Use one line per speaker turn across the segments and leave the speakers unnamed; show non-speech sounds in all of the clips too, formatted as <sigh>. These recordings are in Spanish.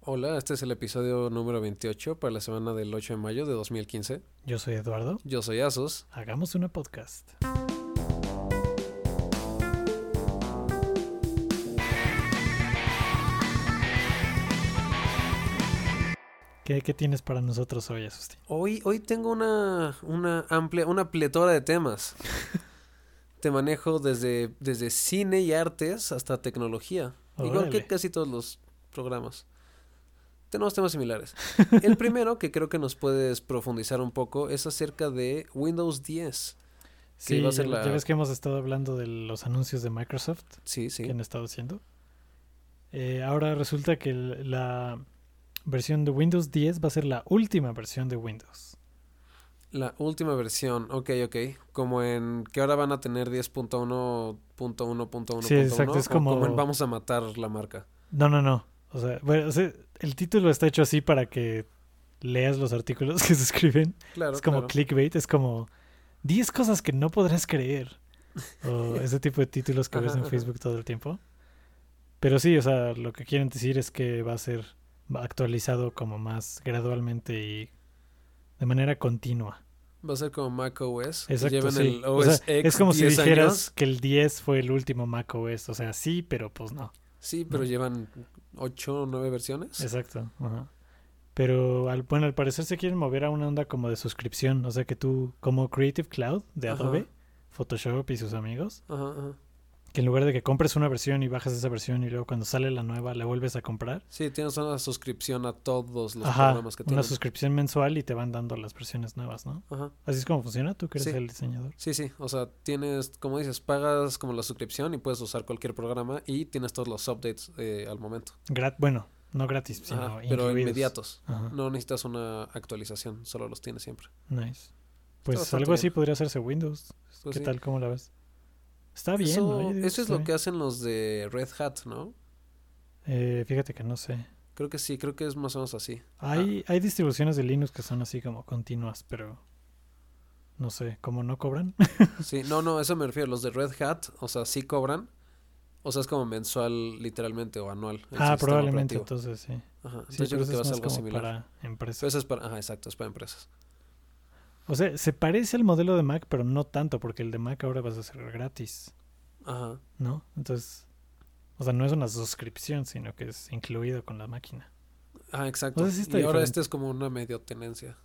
hola, este es el episodio número 28 para la semana del 8 de mayo de 2015.
Yo soy Eduardo.
Yo soy Asos.
Hagamos una podcast. ¿Qué, qué tienes para nosotros hoy, Asustín?
Hoy, hoy tengo una, una amplia, una pletora de
<laughs>
temas. Te manejo desde, desde cine y artes hasta tecnología. Igual que
Órale.
casi todos los programas. Tenemos temas similares.
<laughs>
El primero que creo que nos puedes profundizar un poco es acerca de Windows 10.
Sí,
iba a ser
ya-
la-
ya ves que hemos estado hablando de los anuncios de Microsoft.
Sí, sí.
que han estado haciendo. Eh, ahora resulta que el- la versión de Windows 10 va a ser la última versión de Windows.
La última versión, ok, ok. Como en que ahora van a tener 10.1.1.1.1.
Sí, exacto, es
o
como-
en vamos a matar la marca.
No, no, no. O sea, bueno, o sea, el título está hecho así para que leas los artículos <laughs> que se escriben.
Claro,
es como
claro.
clickbait, es como 10 cosas que no podrás creer.
<laughs>
O ese tipo de títulos que ves
Ajá,
en
ajá.
Facebook todo el tiempo. Pero sí, o sea, lo que quieren decir es que va a ser actualizado como más gradualmente y de manera continua.
Va a ser como Mac OS. que
Exacto,
llevan
sí.
el
O
OS
sea,
X
es como si
10
dijeras
años.
que el 10 fue el último Mac OS. O sea, sí, pero pues no.
Sí, pero
No.
llevan 8 o 9 versiones.
Exacto. ajá. Pero al, bueno, al parecer se quieren mover a una onda como de suscripción. O sea, que tú, como Creative Cloud de
Ajá.
Adobe, Photoshop y sus amigos,
Ajá, ajá.
que en lugar de que compres una versión y bajas esa versión y luego cuando sale la nueva la vuelves a comprar.
Sí, tienes una suscripción a todos los
Ajá,
programas que
una
tienes.
suscripción mensual y te van dando las versiones nuevas, ¿no?
Ajá.
Así es como funciona, tú que eres
Sí.
el diseñador.
Sí, sí. O sea, tienes, como dices, pagas como la suscripción y puedes usar cualquier programa y tienes todos los updates eh, al momento.
Grat- bueno, no gratis, sino
Ajá, pero
incluidos.
inmediatos.
Ajá.
No necesitas una actualización, solo los tienes siempre.
Nice. Pues
bastante
algo así
bien.
podría hacerse Windows.
Pues
¿Qué
sí.
tal? ¿Cómo la ves? Está bien,
eso
¿no? Yo digo
eso es
está
lo que hacen los de Red Hat, ¿no?
bien. Eh, fíjate que no sé.
Creo que sí, creo que es más o menos así.
Hay, hay distribuciones de Linux que son así como continuas, pero no sé, como no cobran.
Sí, no, no, eso me refiero. Los de Red Hat, o sea, sí cobran. O sea, es como mensual, literalmente, o anual. el sistema
ah, probablemente
operativo.
entonces sí.
Ajá,
Sí,
entonces yo creo
pero eso
que va a
es
ser
más
algo
como
similar. Pues
para empresas.
Pero eso es para, ajá, exacto, es para empresas.
O sea, se parece al modelo de Mac, pero no tanto, porque el de Mac ahora vas a hacer gratis,
Ajá.
¿no? Entonces, o sea, no es una suscripción, sino que es incluido con la máquina.
Ah, exacto.
O sea, sí
y
está
ahora
diferente.
este es como una medio tenencia.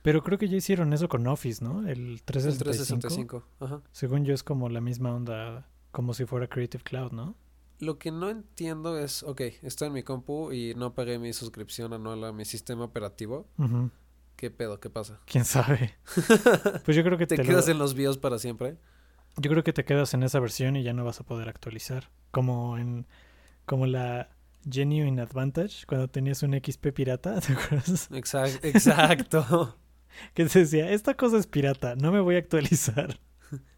Pero creo que ya hicieron eso con Office, ¿no? El
El
365.
365. Ajá.
Según yo es como la misma onda, como si fuera Creative Cloud, ¿no?
Lo que no entiendo es, ok, estoy en mi compu y no pagué mi suscripción anual a mi sistema operativo. ¿Qué pedo? ¿Qué pasa? <laughs>
Quién sabe. Pues yo creo que
¿Te
te lo-
quedas en los BIOS para siempre?
yo creo que te quedas en esa versión y ya no vas a poder actualizar, como en como la Genuine Advantage cuando tenías un XP pirata, <laughs> ¿te acuerdas?
Exac- Exacto. <laughs>
Que se decía, esta cosa es pirata, no me voy a actualizar.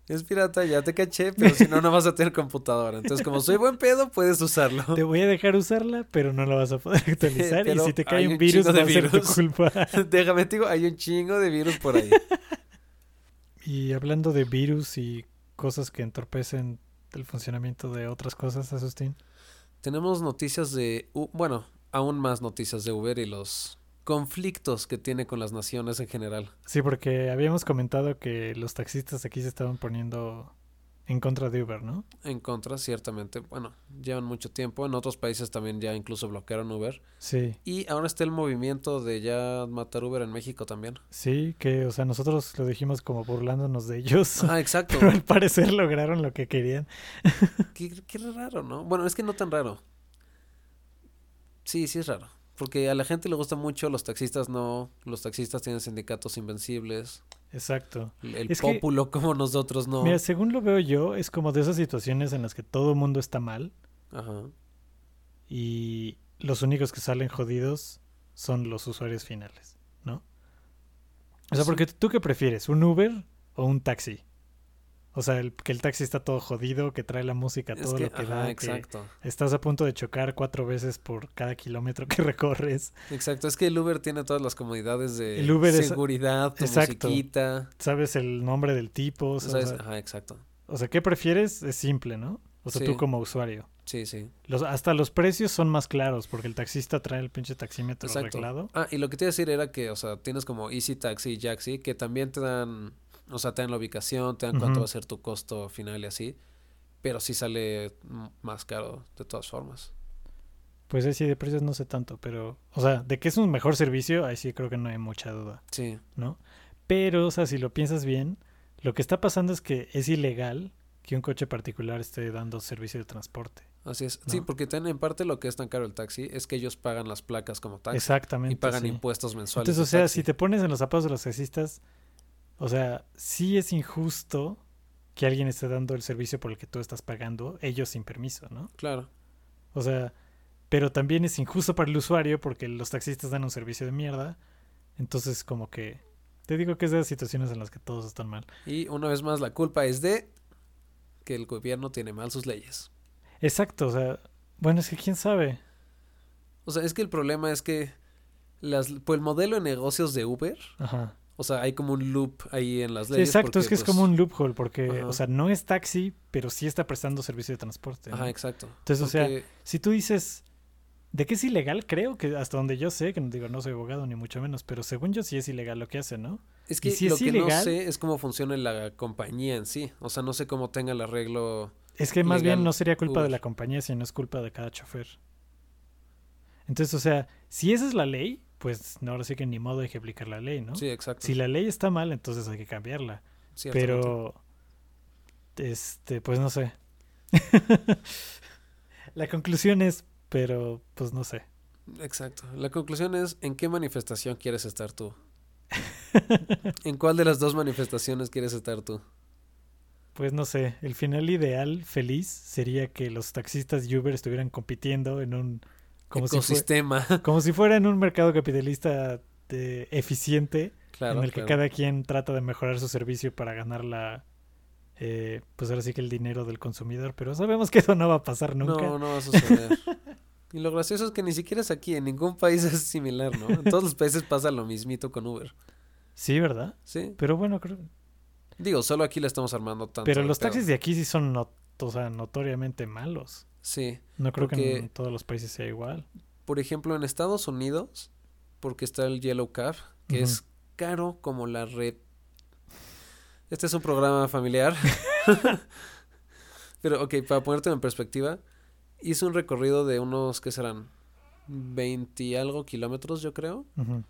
es pirata, ya te caché, pero si no, no vas a tener computadora. Entonces, como soy buen pedo, puedes usarlo.
Te voy a dejar usarla, pero no la vas
<laughs>
a poder actualizar y
Pero
si te
hay
cae
un
un virus
chingo de
va a ser tu
virus.
culpa. <laughs>
<laughs> Déjame, te digo, hay un chingo de virus por <laughs> ahí.
Y hablando de virus y cosas que entorpecen el funcionamiento de otras cosas, Asustín.
Tenemos noticias de, U- bueno, aún más noticias de Uber y los conflictos que tiene con las naciones en general.
Sí, porque habíamos comentado que los taxistas aquí se estaban poniendo en contra de Uber, ¿no?
En contra, ciertamente, bueno, llevan mucho tiempo. En otros países también ya incluso bloquearon Uber.
Sí,
Y ahora está el movimiento de ya matar Uber en México
<laughs>
también.
sí, que, o sea, nosotros lo dijimos como burlándonos de ellos,
Ah, exacto.
<laughs> pero al parecer lograron lo que querían.
Qué, qué raro, ¿no? Bueno, es que no tan raro. Sí, sí es raro. Porque a la gente le gusta mucho, los taxistas no. Los taxistas tienen sindicatos invencibles.
Exacto.
El el
Es que-
pópulo como nosotros no.
Mira, según lo veo yo, es como de esas situaciones en las que todo el mundo está mal
Ajá.
y los únicos que salen jodidos son los usuarios finales, ¿no? O sea,
Sí.
porque tú qué prefieres, un Uber o un taxi? O sea, el- que el taxi está todo jodido, que trae la música,
Es
todo
que,
lo que
ajá,
da, que
exacto.
estás a punto de chocar cuatro veces por cada kilómetro que <laughs> recorres.
Exacto. Es que el Uber tiene todas las comodidades de
El Uber es-
seguridad, tu
exacto.
musiquita.
Sabes el nombre del tipo, o sea,
¿sabes? ah.
o sea-
Ajá, exacto.
o sea, ¿qué prefieres? Es simple, ¿no? O sea,
Sí.
tú como usuario.
Sí, sí.
Los, hasta los precios son más claros porque el taxista trae el pinche taxímetro arreglado.
Ah, y lo que te iba a decir era que, o sea, tienes como Easy Taxi y Jaxi, que también te dan, o sea, te dan la ubicación, te dan cuánto
Ujú.
va a ser tu costo final y así. Pero sí sale m- más caro de todas formas.
Pues ahí sí, de precios no sé tanto, pero, o sea, de que es un mejor servicio, ahí sí creo que no hay mucha duda,
Sí,
¿no? Pero, o sea, si lo piensas bien, lo que está pasando es que es ilegal que un coche particular esté dando servicio de transporte.
así es. Sí,
¿No?
porque también en parte lo que es tan caro el taxi es que ellos pagan las placas como taxi
Exactamente.
y pagan
sí.
impuestos mensuales.
Entonces, o
de
sea,
taxi.
si te pones en los zapatos de los taxistas, o sea, sí es injusto que alguien esté dando el servicio por el que tú estás pagando, ellos sin permiso, ¿no?
Claro,
O sea, pero también es injusto para el usuario porque los taxistas dan un servicio de mierda. Entonces, como que te digo que es de las situaciones en las que todos están mal.
y una vez más la culpa es de que el gobierno tiene mal sus leyes.
Exacto, o sea, bueno, es que quién sabe.
O sea, es que el problema es que las, pues el modelo de negocios de Uber,
Ajá.
o sea, hay como un loop ahí en las
Sí,
leyes.
exacto, es
porque,
que es
pues,
como un loophole porque,
ajá.
o sea, no es taxi, pero sí está prestando servicio de transporte. ¿no?
Ajá, exacto.
Entonces, o sea,
Porque-
Si tú dices, ¿de qué es ilegal? Creo que hasta donde yo sé, que no digo, no soy abogado ni mucho menos, pero según yo sí es ilegal lo que hace, ¿no?
Es que
si
lo
es
que no
ilegal?
sé es cómo funciona la compañía en sí. O sea, no sé cómo tenga el arreglo.
Es que más bien
Legal,
no sería culpa de
Uber.
la compañía, sino es culpa de cada chofer. Entonces, o sea, si esa es la ley, pues no, ahora sí que ni modo hay que aplicar la ley, ¿no?
Sí, exacto.
Si la ley está mal, entonces hay que cambiarla.
ciertamente.
Pero, este, pues no sé. <laughs> la conclusión es, pero, pues no sé.
Exacto. La conclusión es, ¿en qué manifestación quieres estar
<laughs>
tú? ¿En cuál de las dos manifestaciones quieres estar tú?
Pues no sé, el final ideal, feliz, sería que los taxistas y Uber estuvieran compitiendo en un... Como, si, fue-
Ecosistema. <laughs>
como si fuera en un mercado capitalista eh, eficiente,
claro,
en el que
claro.
cada quien trata de mejorar su servicio para ganar la... eh, pues ahora sí que el dinero del consumidor, pero sabemos que eso no va a pasar nunca.
No, no va a suceder. y lo gracioso es que ni siquiera es aquí, en ningún país es similar, ¿no? En todos los países pasa lo mismito con Uber.
Sí, ¿verdad?
Sí.
Pero bueno, creo...
Digo, solo aquí la estamos armando tanto.
Pero
el
los
pedo.
taxis de aquí sí son not- o sea, notoriamente malos.
Sí.
No creo
Porque-
que en todos los países sea igual.
Por ejemplo, en Estados Unidos, porque está el Yellow Cab, que
Ujú.
es caro como la red. Este es un programa
<laughs>
familiar. Pero, ok, para ponerte en perspectiva, hice un recorrido de unos, ¿qué serán? 20 y algo kilómetros, yo creo.
Ujú.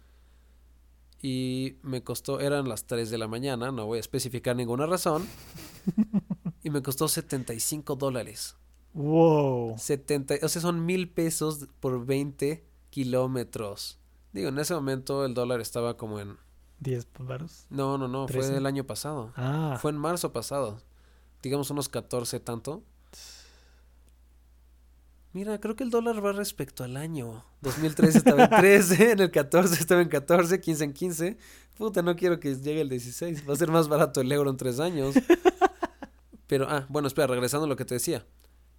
Y me costó, eran las 3 de la mañana, no voy a especificar ninguna
<laughs>
razón. y me costó 75 dólares.
Wow.
70, o sea, son mil pesos por 20 kilómetros. Digo, en ese momento el dólar estaba como en...
10 varos.
No, no, no,
¿Trece?
fue el año pasado.
Ah,
Fue en marzo pasado. Digamos unos 14 tanto. Mira, creo que el dólar va respecto al año. 2013 estaba en 13, en el 14 estaba en 14, 15 en 15. Puta, no quiero que llegue el 16. Va a ser más barato el euro en tres años. Pero, ah, bueno, espera, regresando a lo que te decía.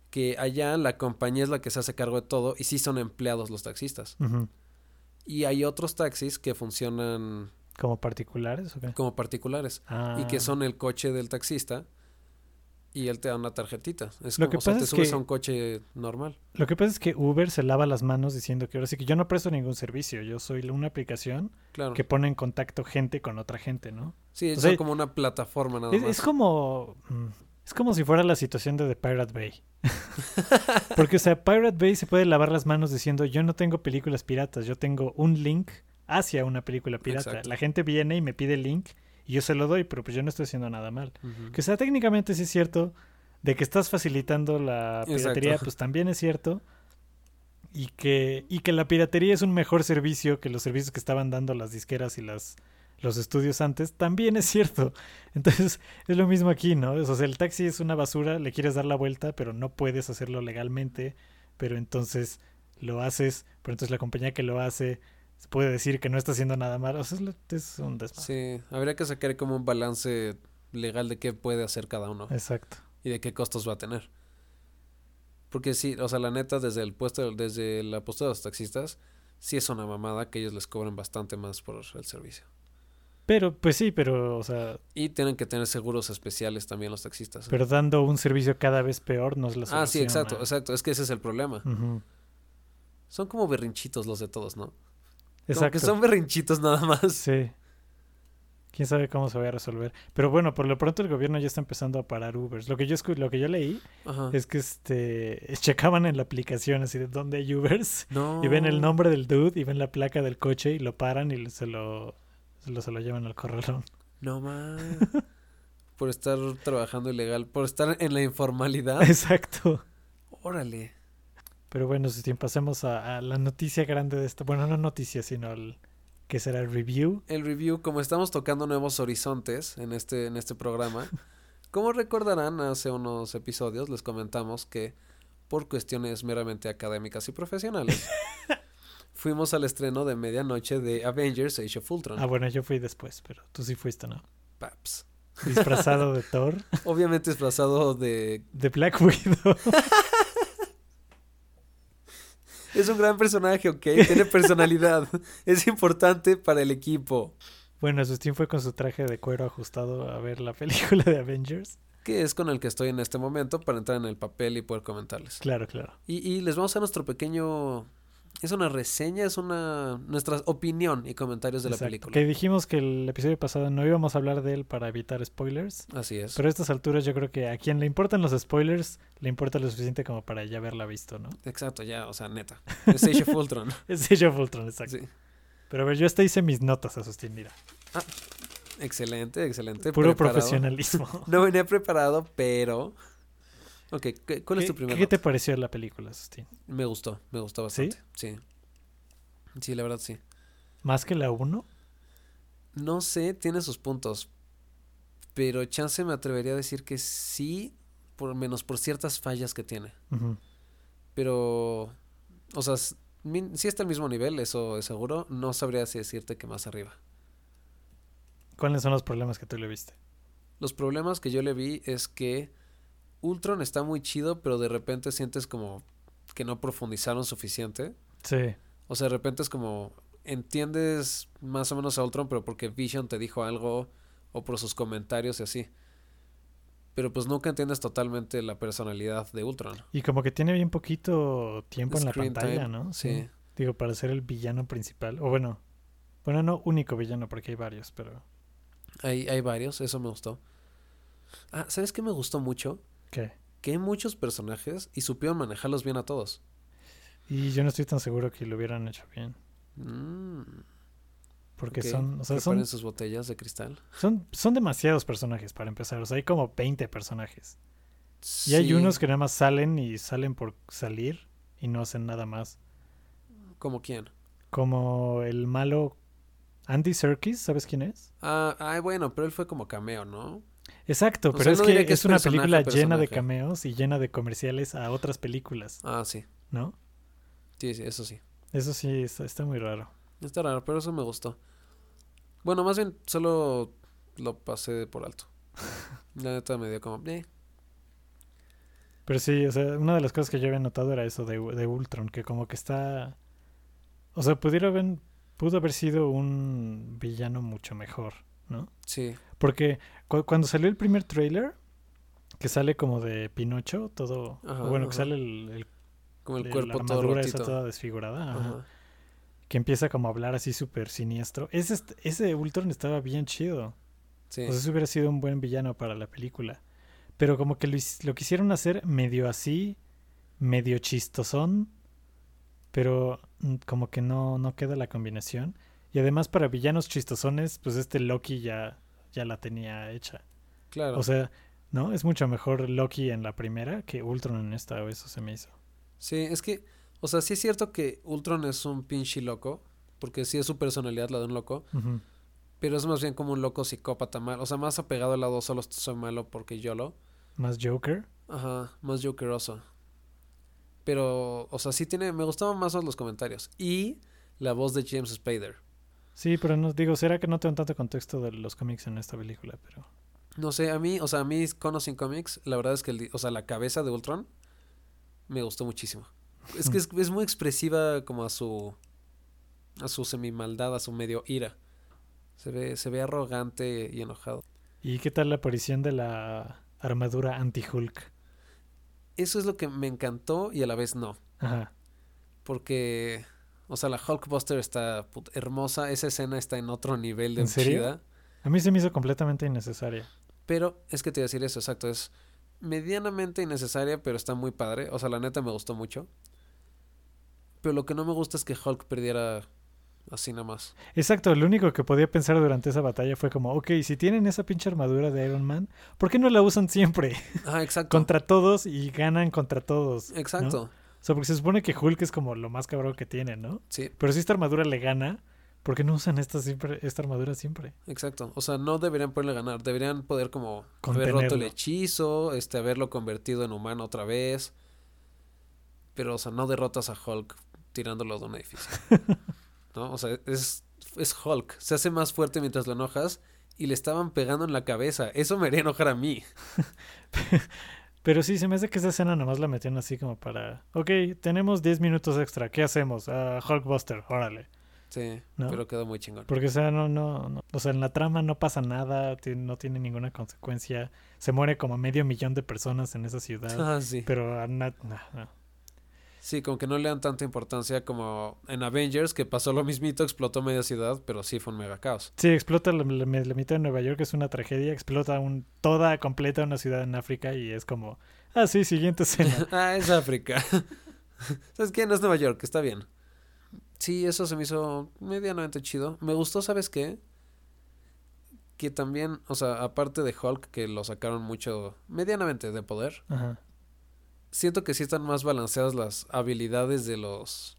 Que allá la compañía es la que se hace cargo de todo y sí son empleados los taxistas.
ujú.
Y hay otros taxis que funcionan
¿Como particulares o qué?
como particulares
Ah.
y que son el coche del taxista y él te da una tarjetita. Es
Lo
como,
que
o sea,
pasa
te
es
subes
que-
a un coche normal.
Lo que pasa es que Uber se lava las manos diciendo que ahora sí que yo no presto ningún servicio, yo soy una aplicación
Claro.
que pone en contacto gente con otra gente, ¿no?
Sí,
o
son
sea,
como una plataforma nada
Es,
más.
es como mm, es como si fuera la situación de The Pirate Bay. <laughs> Porque o sea, Pirate Bay se puede lavar las manos diciendo, "Yo no tengo películas piratas, yo tengo un link hacia una película pirata.
Exacto.
La gente viene y me pide el link y yo se lo doy, pero pues yo no estoy haciendo nada mal."
Ujú.
Que o sea, técnicamente sí es cierto. De que estás facilitando la
Exacto.
piratería, pues también es cierto. Y que, y que la piratería es un mejor servicio que los servicios que estaban dando las disqueras y las, los estudios antes, también es cierto. <laughs> Entonces, es lo mismo aquí, ¿no? O sea, el taxi es una basura, le quieres dar la vuelta, pero no puedes hacerlo legalmente, pero entonces lo haces, pero entonces la compañía que lo hace puede decir que no está haciendo nada mal. O sea, es, lo- es un desmadre.
Sí, habría que sacar como un balance legal de qué puede hacer cada uno
Exacto.
y de qué costos va a tener. Porque sí, o sea, la neta, desde el puesto, desde la postura de los taxistas, sí es una mamada que ellos les cobran bastante más por el servicio.
Pero, pues sí, pero, o sea,
Y tienen que tener seguros especiales también los taxistas. ¿eh?
pero dando un servicio cada vez peor no es la solución.
ah, sí, exacto,
a-
exacto. Es que ese es el problema.
Ujú.
Son como berrinchitos los de todos, ¿no? Como
Exacto.
que son berrinchitos nada más.
Sí. Quién sabe cómo se va a resolver. Pero bueno, por lo pronto el gobierno ya está empezando a parar Ubers. Lo que yo escu- lo que yo leí
Ajá.
es que este <laughs> checaban en la aplicación así de dónde hay Ubers
No.
y ven el nombre del dude y ven la placa del coche y lo paran y se lo se lo, se lo llevan al corralón.
No más. por estar trabajando ilegal, por estar en la informalidad.
<laughs> Exacto.
Órale.
Pero bueno, si pasemos a, a la noticia grande de esta, bueno, no noticia, sino el que será el review.
El review, como estamos tocando nuevos horizontes en este, en este programa, como recordarán, hace unos episodios les comentamos que por cuestiones meramente académicas y
<laughs>
profesionales, fuimos al estreno de medianoche de Avengers Age of Ultron.
Ah, bueno, yo fui después, pero tú sí
<laughs>
fuiste, ¿no?
Paps.
Disfrazado de Thor,
Obviamente disfrazado de...
de Black Widow.
Es un gran personaje, ¿ok? Tiene
<laughs>
personalidad. es importante para el equipo.
Bueno, Sustín fue con su traje de cuero ajustado a ver la película de Avengers.
que es con el que estoy en este momento para entrar en el papel y poder comentarles.
Claro, claro.
Y, y les vamos a nuestro pequeño... Es una reseña, es una... Nuestra opinión y comentarios de
Exacto.
la película.
Que dijimos que el episodio pasado no íbamos a hablar de él para evitar spoilers.
Así es.
Pero a estas alturas yo creo que a quien le importan los spoilers, le importa lo suficiente como para ya haberla visto, ¿no? <laughs>
Exacto, ya, o sea, neta. Es Age of Ultron.
Es Age of Ultron, exacto.
Sí.
Pero a ver, yo hasta hice mis notas, Asustín, mira.
Excelente, excelente.
Puro
preparado.
profesionalismo.
No venía preparado, pero... Ok, ¿cu- <laughs> ¿cuál es tu
¿Qué-
primer
¿Qué te
nota?
pareció la película, Asustín?
Me gustó, me gustó
¿Sí?
bastante. ¿Sí? sí. Sí, la verdad sí.
¿Más que la 1?
No sé, tiene sus puntos. Pero chance me atrevería a decir que sí, por menos por ciertas fallas que tiene. Pero, o sea, s- min- sí está al mismo nivel, eso es seguro. No sabría si decirte que más arriba.
¿Cuáles son los problemas que tú le viste?
Los problemas que yo le vi es que Ultron está muy chido, pero de repente sientes como que no profundizaron suficiente.
Sí.
O sea, de repente es como, entiendes más o menos a Ultron, pero porque Vision te dijo algo o por sus comentarios y así. Pero pues nunca entiendes totalmente la personalidad de Ultron.
Y como que tiene bien poquito tiempo en la
Screen
pantalla,
time,
¿no?
Sí.
Digo, para ser el villano principal. O bueno, bueno, no único villano porque hay varios, pero...
Hay, hay varios, eso me gustó. Ah, ¿sabes qué me gustó mucho?
¿Qué?
Que hay muchos personajes y supieron manejarlos bien a todos.
Y yo no estoy tan seguro que lo hubieran hecho bien.
Mm,
Porque
ok.
son, o sea,
Preparen
son,
sus botellas de cristal.
son, son demasiados personajes para empezar. O sea, hay como 20 personajes. Y hay
Sí,
unos que nada más salen y salen por salir y no hacen nada más.
¿Como quién?
Como el malo Andy Serkis, ¿sabes quién es?
Ah, ay, bueno, pero él fue como cameo, ¿no?
Exacto,
O
pero
sea,
es
no
que
diría
es,
que es
una
personaje,
película llena
personaje.
de cameos y llena de comerciales a otras películas,
Ah, sí.
¿no?
Sí, sí, eso sí.
Eso sí, está, está muy raro.
Está raro, pero eso me gustó. Bueno, más bien solo lo pasé de por
<laughs>
alto. La neta me dio como... "Eh".
Pero sí, o sea, una de las cosas que yo había notado era eso de, de Ultron, que como que está... O sea, pudiera haber, pudo haber sido un villano mucho mejor, ¿no?
Sí,
Porque cu- cuando salió el primer trailer, que sale como de Pinocho, todo...
Ajá,
bueno, que
ajá.
sale el, el-
como el
el-
cuerpo
la
todo
armadura esa
rotito.
toda desfigurada, ajá,
Ajá.
que empieza como a hablar así súper siniestro. Ese, est- ese Ultron estaba bien chido.
Sí.
O sea, ese hubiera sido un buen villano para la película. Pero como que lo, his- lo quisieron hacer medio así, medio chistosón, pero mm, como que no, no queda la combinación. Y además para villanos chistosones, pues este Loki ya, ya la tenía hecha.
claro.
O sea, ¿no? Es mucho mejor Loki en la primera que Ultron en esta, o eso se me hizo.
sí, es que... O sea, sí es cierto que Ultron es un pinche loco, porque sí es su personalidad la de un loco,
Ujú.
pero es más bien como un loco psicópata mal, o sea, más apegado al lado solo soy malo porque yo lo,
Más Joker.
ajá, más jokeroso. Pero, o sea, sí tiene, me gustaban más los comentarios y la voz de James Spader.
Sí, pero no digo, será que no tengo tanto contexto de los cómics en esta película, pero
No sé, a mí, o sea, a mí con o sin cómics, la verdad es que, el di- o sea, la cabeza de Ultron me gustó muchísimo. Es que
<laughs>
es, es muy expresiva como a su, a su semimaldad, a su medio ira. Se ve, se ve arrogante y enojado.
¿Y qué tal la aparición de la armadura anti-Hulk?
Eso es lo que me encantó y a la vez no.
Ajá.
Porque, o sea, la Hulkbuster está put- hermosa. Esa escena está en otro nivel de
¿En serio?
chida.
A mí se me hizo completamente innecesaria.
Pero es que te iba a decir eso, exacto. Es medianamente innecesaria, pero está muy padre. O sea, la neta me gustó mucho. Pero lo que no me gusta es que Hulk perdiera así nada
<laughs>
más.
Exacto, lo único que podía pensar durante esa batalla fue como, ok, si tienen esa pinche armadura de Iron Man, ¿por qué no la usan siempre? <laughs>
Ah, exacto.
contra todos y ganan contra todos. ¿no?
Exacto.
O sea, porque se supone que Hulk es como lo más cabrón que tiene, ¿no?
Sí,
Pero si esta armadura le gana, ¿por qué no usan esta, siempre, esta armadura siempre?
exacto. O sea, no deberían poderle ganar. Deberían poder como haber roto el
Contenerlo.
hechizo, este, haberlo convertido en humano otra vez. Pero, o sea, no derrotas a Hulk tirándolo de un
<laughs>
edificio. ¿No? O sea, es, es Hulk. Se hace más fuerte mientras lo enojas y le estaban pegando en la cabeza. Eso me haría enojar a mí.
Pero sí, se me hace que esa escena nada más la metieron así como para, ok, tenemos 10 minutos extra, ¿qué hacemos? Ah, Hulkbuster, órale.
Sí,
¿No?
pero quedó muy chingón.
Porque, o sea, no, no, no- o sea, en la trama no pasa nada, ti- no tiene ninguna consecuencia. Se muere como medio millón de personas en esa ciudad.
<laughs> Ah, sí.
Pero, a na- no, no.
Sí, como que no le dan tanta importancia como en Avengers, que pasó lo mismito, explotó media ciudad, pero sí fue un mega caos.
Sí, explota la, la- la mitad de Nueva York, es una tragedia. Explota un, toda completa una ciudad en África y es como, ah, sí,
<laughs>
siguiente escena.
Ah, es África. <laughs> ¿Sabes qué? No es Nueva York, está bien. Sí, eso se me hizo medianamente chido. Me gustó, ¿sabes qué? Que también, o sea, aparte de Hulk, que lo sacaron mucho medianamente de poder,
Ajá.
siento que sí están más balanceadas las habilidades de los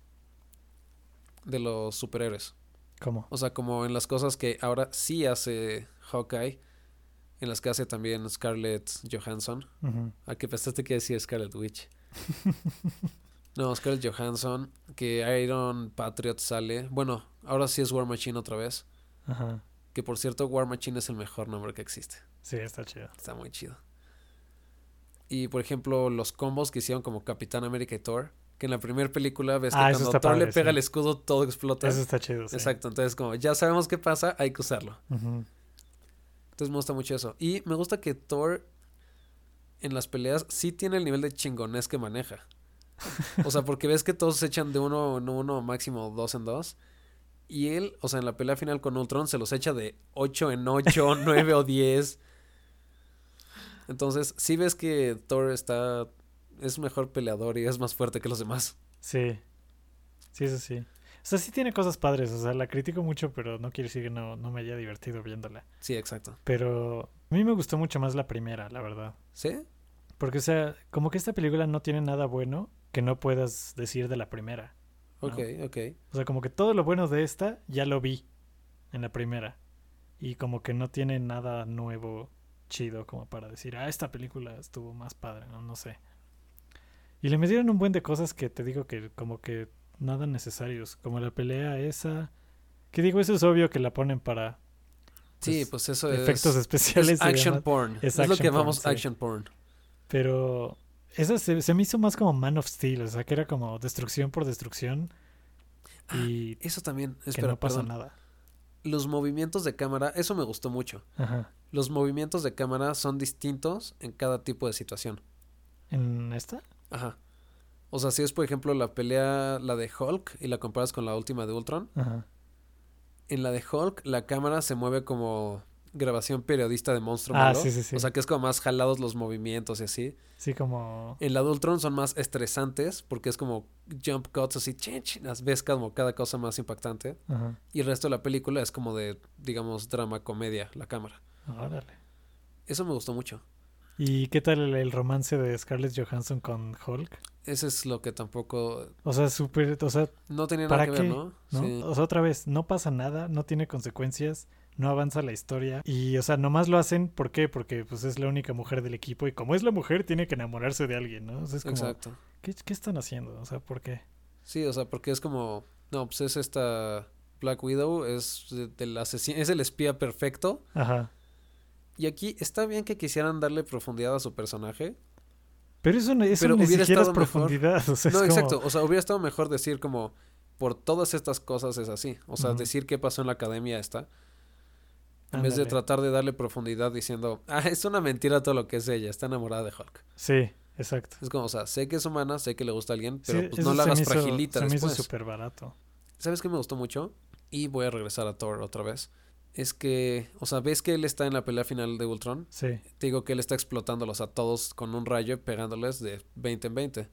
de los superhéroes.
¿Cómo?
O sea, como en las cosas que ahora sí hace Hawkeye, en las que hace también Scarlett Johansson.
Ujú.
¿A qué pensaste que decía Scarlet Witch?
<laughs>
no, Scarlett Johansson, que Iron Patriot sale. Bueno, ahora sí es War Machine otra vez.
Ajá.
Que por cierto, War Machine es el mejor nombre que existe.
Sí, está chido.
Está muy chido. Y por ejemplo, los combos que hicieron como Capitán América y Thor. Que en la primera película ves que
Ah, eso
cuando Thor
está
le
padre,
pega
sí.
el escudo, todo explota.
Eso está chido, sí.
Exacto, entonces como ya sabemos qué pasa, hay que usarlo.
Ujú.
Entonces me gusta mucho eso. Y me gusta que Thor en las peleas sí tiene el nivel de chingonés que maneja. O sea, porque ves que todos se echan de uno en uno, máximo dos en dos. Y él, o sea, en la pelea final con Ultron se los echa de ocho en
<laughs>
ocho, nueve o diez. Entonces, sí ves que Thor está. es mejor peleador y es más fuerte que los demás.
Sí. Sí, eso sí. O sea, sí tiene cosas padres. O sea, la critico mucho, pero no quiere decir que no, no me haya divertido viéndola.
Sí, exacto.
Pero a mí me gustó mucho más la primera, la verdad.
¿Sí?
Porque, o sea, como que esta película no tiene nada bueno que no puedas decir de la primera.
Ok, ok.
O sea, como que todo lo bueno de esta ya lo vi en la primera. Y como que no tiene nada nuevo chido como para decir, ah, esta película estuvo más padre, no, no sé. Y le metieron un buen de cosas que te digo que como que nada necesarios, como la pelea esa, que digo, eso es obvio que la ponen para
Sí,
Pues,
pues eso es.
efectos
es
especiales. y
action
demás,
porn.
Es
Es, lo
action
que llamamos
porn, sí.
action porn.
Pero esa se, se me hizo más como Man of Steel, o sea, que era como destrucción por destrucción y
Eso también,
que
Ah, espera,
no pasa
perdón.
nada.
Los movimientos de cámara, eso me gustó mucho.
Ajá.
Los movimientos de cámara son distintos en cada tipo de situación.
¿En esta?
Ajá. O sea, si es por ejemplo la pelea, la de Hulk, y la comparas con la última de Ultron,
Ajá.
en la de Hulk la cámara se mueve como grabación periodista de monstruo
Ah,
malo.
sí, sí, sí.
O sea, que es como más jalados los movimientos y así.
Sí, como.
En la de Ultron son más estresantes porque es como jump cuts así, chin, chin, las ves como cada cosa más impactante.
Ajá.
Y el resto de la película es como de, digamos, drama, comedia, la cámara.
Órale.
Eso me gustó mucho.
¿Y qué tal el, el romance de Scarlett Johansson con Hulk?
Eso es lo que tampoco.
O sea, súper. O sea,
No tenía nada
¿Para
que
qué?
ver, ¿no?
¿no?
Sí.
O sea, otra vez, no pasa nada, no tiene consecuencias, no avanza la historia. Y, o sea, nomás lo hacen, ¿por qué? Porque pues es la única mujer del equipo y como es la mujer, tiene que enamorarse de alguien, ¿no? O sea, es como.
Exacto.
¿qué, qué están haciendo? O sea, ¿por qué?
Sí, o sea, porque es como. No, pues es esta. Black Widow es de- del asesino, es el espía perfecto.
Ajá.
Y aquí está bien que quisieran darle profundidad a su personaje.
Pero eso, no- eso
Pero
ni
hubiera
siquiera es
estado mejor.
profundidad. O sea,
no,
<laughs> es como-
exacto. O sea, hubiera estado mejor decir como por todas estas cosas es así. O sea,
Ujú.
decir qué pasó en la academia está. En vez de
Ándale.
tratar de darle profundidad diciendo, ah, es una mentira todo lo que es ella, está enamorada de Hulk.
Sí, exacto.
Es como, o sea, sé que es humana, sé que le gusta a alguien, pero
Sí,
pues,
eso
no la
se me
hagas
hizo-
fragilita
Se me hizo
después.
súper barato.
¿Sabes qué me gustó mucho? Y voy a regresar a Thor otra vez. Es que, o sea, ves que él está en la pelea final de Ultron.
Sí,
Te digo que él está explotándolos a todos con un rayo y pegándoles de 20 en 20.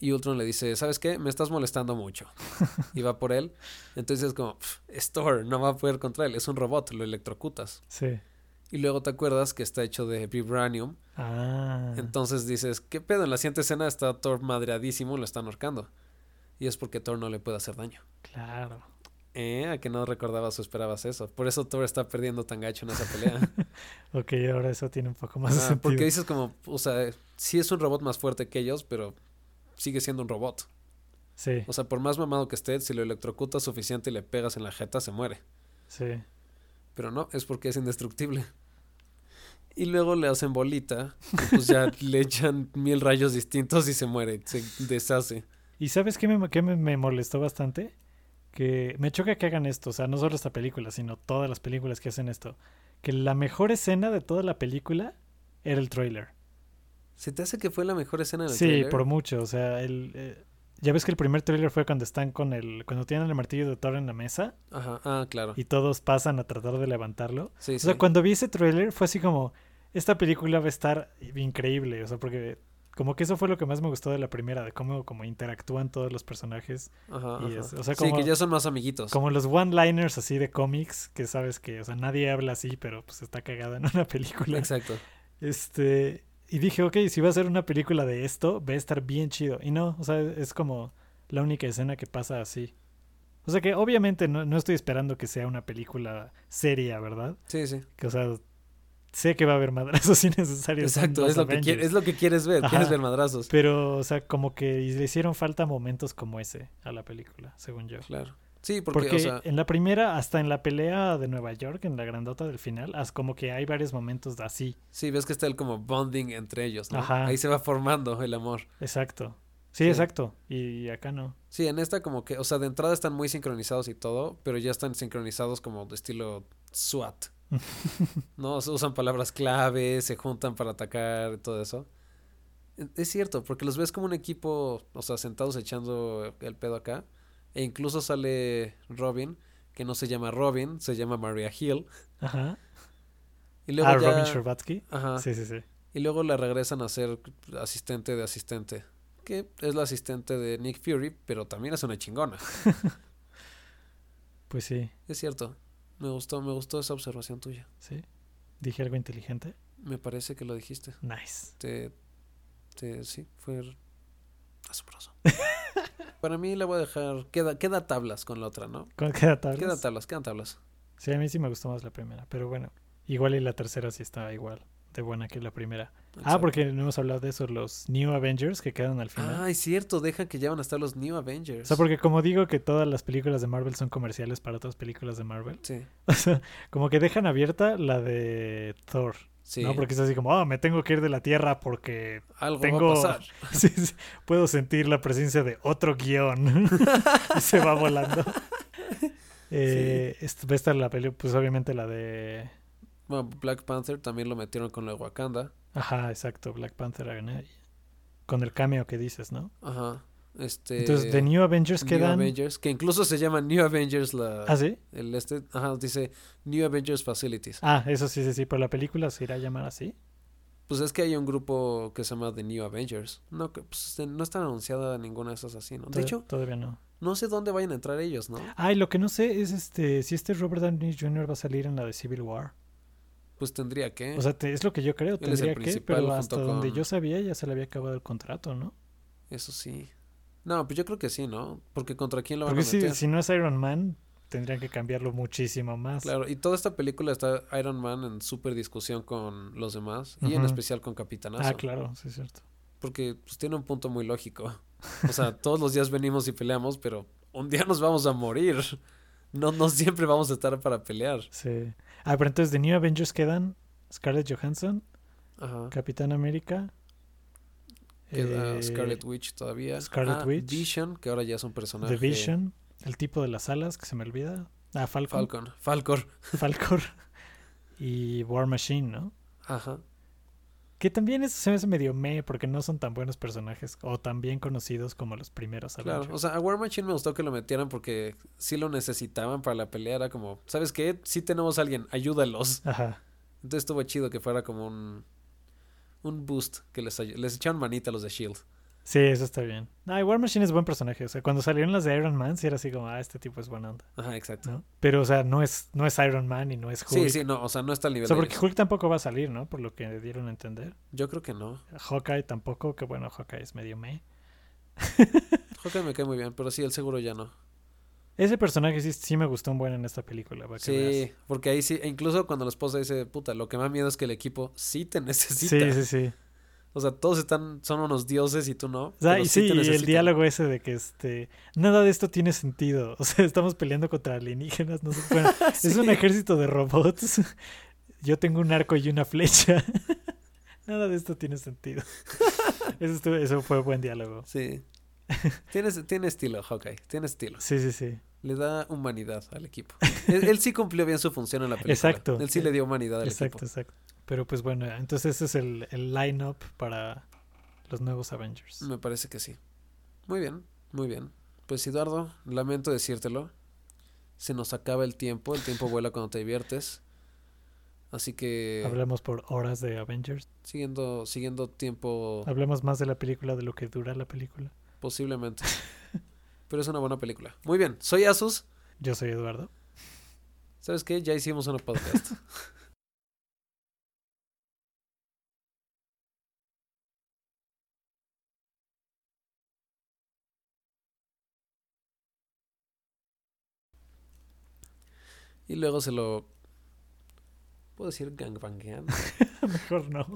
Y Ultron le dice, ¿sabes qué? Me estás molestando
<laughs>
mucho. Y va por él. Entonces es como, "Pf, es Thor, no va a poder contra él, es un robot, lo electrocutas.
sí.
Y luego te acuerdas que está hecho de vibranium.
Ah.
Entonces dices, ¿qué pedo? En la siguiente escena está Thor madreadísimo, lo están ahorcando. Y es porque Thor no le puede hacer daño.
Claro.
Eh, a que no recordabas o esperabas eso. Por eso Thor está perdiendo tan gacho en esa pelea.
Ok, ahora eso tiene un poco <laughs> más de
Ah,
sentido.
porque dices como, o sea, sí es un robot más fuerte que ellos, pero sigue siendo un robot.
Sí,
O sea, por más mamado que esté, si lo electrocutas suficiente y le pegas en la jeta, se muere.
sí.
Pero no, es porque es indestructible. Y luego le hacen bolita, y pues
<laughs>
ya le echan mil rayos distintos y se muere, se deshace.
¿Y sabes qué me, qué me, me molestó bastante? Que me choca que hagan esto, o sea, no solo esta película, sino todas las películas que hacen esto. Que la mejor escena de toda la película era el tráiler.
¿Se te hace que fue la mejor escena del
Sí,
tráiler?
por mucho, o sea, el, eh, ya ves que el primer tráiler fue cuando están con el, cuando tienen el martillo de Thor en la mesa
Ajá, ah, claro.
y todos pasan a tratar de levantarlo.
Sí,
O
sí.
sea, cuando vi ese tráiler fue así como, esta película va a estar increíble, o sea, porque como que eso fue lo que más me gustó de la primera, de cómo como interactúan todos los personajes,
Ajá,
y
ajá.
es- o sea,
Sí,
como-
que ya son más amiguitos. <laughs>
como los one-liners así de cómics, que sabes que, o sea, nadie habla así, pero pues está cagada en una película.
Exacto.
Este, y dije, ok, si va a ser una película de esto, va a estar bien chido. Y no, o sea, es como la única escena que pasa así. O sea que obviamente no, no estoy esperando que sea una película seria, ¿verdad?
Sí, sí.
Que, o sea, sé que va a haber madrazos <laughs> innecesarios. en
Exacto,
los
es lo, que
Avengers,
quiere- es lo que quieres ver,
Ajá.
quieres ver madrazos.
Pero, o sea, como que le hicieron falta momentos como ese a la película, según yo.
Claro. Sí, porque,
Porque,
o sea,
en la primera, hasta en la pelea de Nueva York, en la grandota del final, as- como que hay varios momentos así.
sí, ves que está el como bonding entre ellos, ¿no?
Ajá.
Ahí se va formando el amor.
Exacto. Sí,
Sí.
exacto. Y acá no.
Sí, en esta como que, o sea, de entrada están muy sincronizados y todo, pero ya están sincronizados como de estilo
<laughs>
SWAT. ¿No? O sea, usan palabras clave, se juntan para atacar, todo eso. E- Es cierto, porque los ves como un equipo, o sea, sentados echando el pedo acá. E incluso sale Robin, que no se llama Robin, se llama Maria Hill.
Ajá.
Y
ah,
luego ya- Ah.
Robin Scherbatsky.
Ajá.
Sí, sí, sí.
Y luego la regresan a ser asistente de asistente. Que es la asistente de Nick Fury, pero también es una chingona.
Pues sí,
Es cierto. Me gustó, me gustó esa observación tuya.
sí. Dije algo inteligente.
Me parece que lo dijiste.
Nice. <laughs>
Te, te- sí, fue
<laughs>
asombroso. Para mí la voy a dejar. Queda, queda tablas con la otra, ¿no?
¿Cómo queda tablas?
Queda tablas, quedan tablas.
Sí, a mí sí me gustó más la primera. Pero bueno, igual y la tercera sí estaba igual de buena que la primera. Ah,
Exacto.
porque no hemos hablado de eso, los New Avengers que quedan al final.
Ah, es cierto, dejan que ya van a estar los New Avengers.
O sea, porque como digo que todas las películas de Marvel son comerciales para otras películas de Marvel,
Sí,
o sea, como que dejan abierta la de Thor,
sí.
¿no? Porque es así como, ah, me tengo que ir de la Tierra porque
Algo
tengo-
va a pasar.
sí, sí, puedo sentir la presencia de otro guión. <laughs> Y se va
<laughs>
volando. Eh, est- Va a estar la película, pues obviamente la de...
Bueno, Black Panther también lo metieron con la Wakanda.
Ajá, exacto, Black Panther ¿no? Con el cameo que dices, ¿no?
Ajá. Este.
Entonces, de New Avengers
New
quedan...
Avengers, que incluso se llama New Avengers la
Ah, sí.
el este, ajá, dice New Avengers Facilities.
Ah, eso sí, sí, sí, pero la película se irá a llamar así.
Pues es que hay un grupo que se llama The New Avengers. No que pues, este, no está anunciada ninguna de esas así, ¿no? De
Tod-
hecho,
todavía no.
no sé dónde vayan a entrar ellos, ¿no?
Ay, lo que no sé es este si este Robert Downey Jr. va a salir en la de Civil War. Pues,
Pues tendría que.
O sea, te- es lo que yo creo,
él es el
tendría que,
principal
pero
junto
hasta donde
con-
yo sabía ya se le había acabado el contrato, ¿no?
eso sí. No, pues yo creo que sí, ¿no? Porque contra quién lo van
Porque
a
si,
meter.
si no es Iron Man, tendrían que cambiarlo muchísimo más.
Claro, y toda esta película está Iron Man en súper discusión con los demás y en
Ujú.
especial con Capitanazo.
ah, claro, sí es cierto.
Porque pues, tiene un punto muy lógico. O sea, todos los días venimos y peleamos, pero un día nos vamos a morir. No, no siempre vamos a estar para pelear.
Sí. Ah, pero entonces de New Avengers quedan Scarlett Johansson,
Ajá.
Capitán América.
Queda
eh,
Scarlet Witch todavía.
Scarlet
Ah,
Witch.
Vision, que ahora ya es un personaje.
The Vision, el tipo de las alas que se me olvida. Ah, Falcon.
Falcon. Falcor.
<laughs> Falcor. y War Machine, ¿no?
Ajá.
Que también eso se me hace medio me porque no son tan buenos personajes o tan bien conocidos como los primeros. Alan
Claro,
Jones.
o sea, a War Machine me gustó que lo metieran porque sí lo necesitaban para la pelea. Era como, ¿sabes qué? Sí tenemos a alguien, ayúdalos.
Ajá.
Entonces estuvo chido que fuera como un, un boost, que les, ay- les echaron manita a los de Shield.
Sí, eso está bien. Ay, War Machine es buen personaje. O sea, cuando salieron las de Iron Man, sí era así como, ah, este tipo es buena onda,
Ajá, exacto.
¿no? Pero, o sea, no es, no es Iron Man y no es Hulk.
Sí, sí, no, o sea, no está al
O
nivel
sea,
de
porque
ellos.
Hulk tampoco va a salir, ¿no? Por lo que dieron a entender.
Yo creo que no.
Hawkeye tampoco, que bueno, Hawkeye es medio me.
Hawkeye me cae muy bien, pero sí, el seguro ya no.
Ese personaje sí, sí me gustó un buen en esta película, para que veas.
Sí, porque ahí sí, e incluso cuando la esposa dice, puta, lo que me da miedo es que el equipo sí te <laughs> necesita.
Sí, sí, sí.
O sea, todos están, son unos dioses y tú no.
O sea,
pero
y sí,
te
y el
necesitan.
diálogo ese de que este nada de esto tiene sentido. <laughs> O sea, estamos peleando contra
<laughs>
alienígenas, no sé. Bueno, es un
Sí.
ejército de robots. <laughs> Yo tengo un arco y una flecha. <laughs> nada de esto tiene sentido. <laughs> Eso, estuvo- eso fue buen diálogo.
Sí. tiene, tiene estilo, Hawkeye. Tiene estilo.
Sí, sí, sí.
Le da humanidad al equipo. él, él sí cumplió bien su función en la película.
Exacto.
Él sí le dio humanidad al
Exacto,
equipo.
exacto. Pero pues bueno, entonces ese es el, el line-up para los nuevos Avengers.
Me parece que sí. Muy bien, muy bien. Pues Eduardo, lamento decírtelo. Se nos acaba el tiempo. El tiempo vuela cuando te diviertes. Así que
Hablamos por horas de Avengers.
siguiendo, siguiendo tiempo
Hablamos más de la película de lo que dura la película.
posiblemente. Pero es una buena película. Muy bien, soy Asus.
Yo soy Eduardo. <laughs>
¿Sabes qué? Ya hicimos una podcast. y luego se lo... ¿Puedo decir gangbanguean?
Mejor no.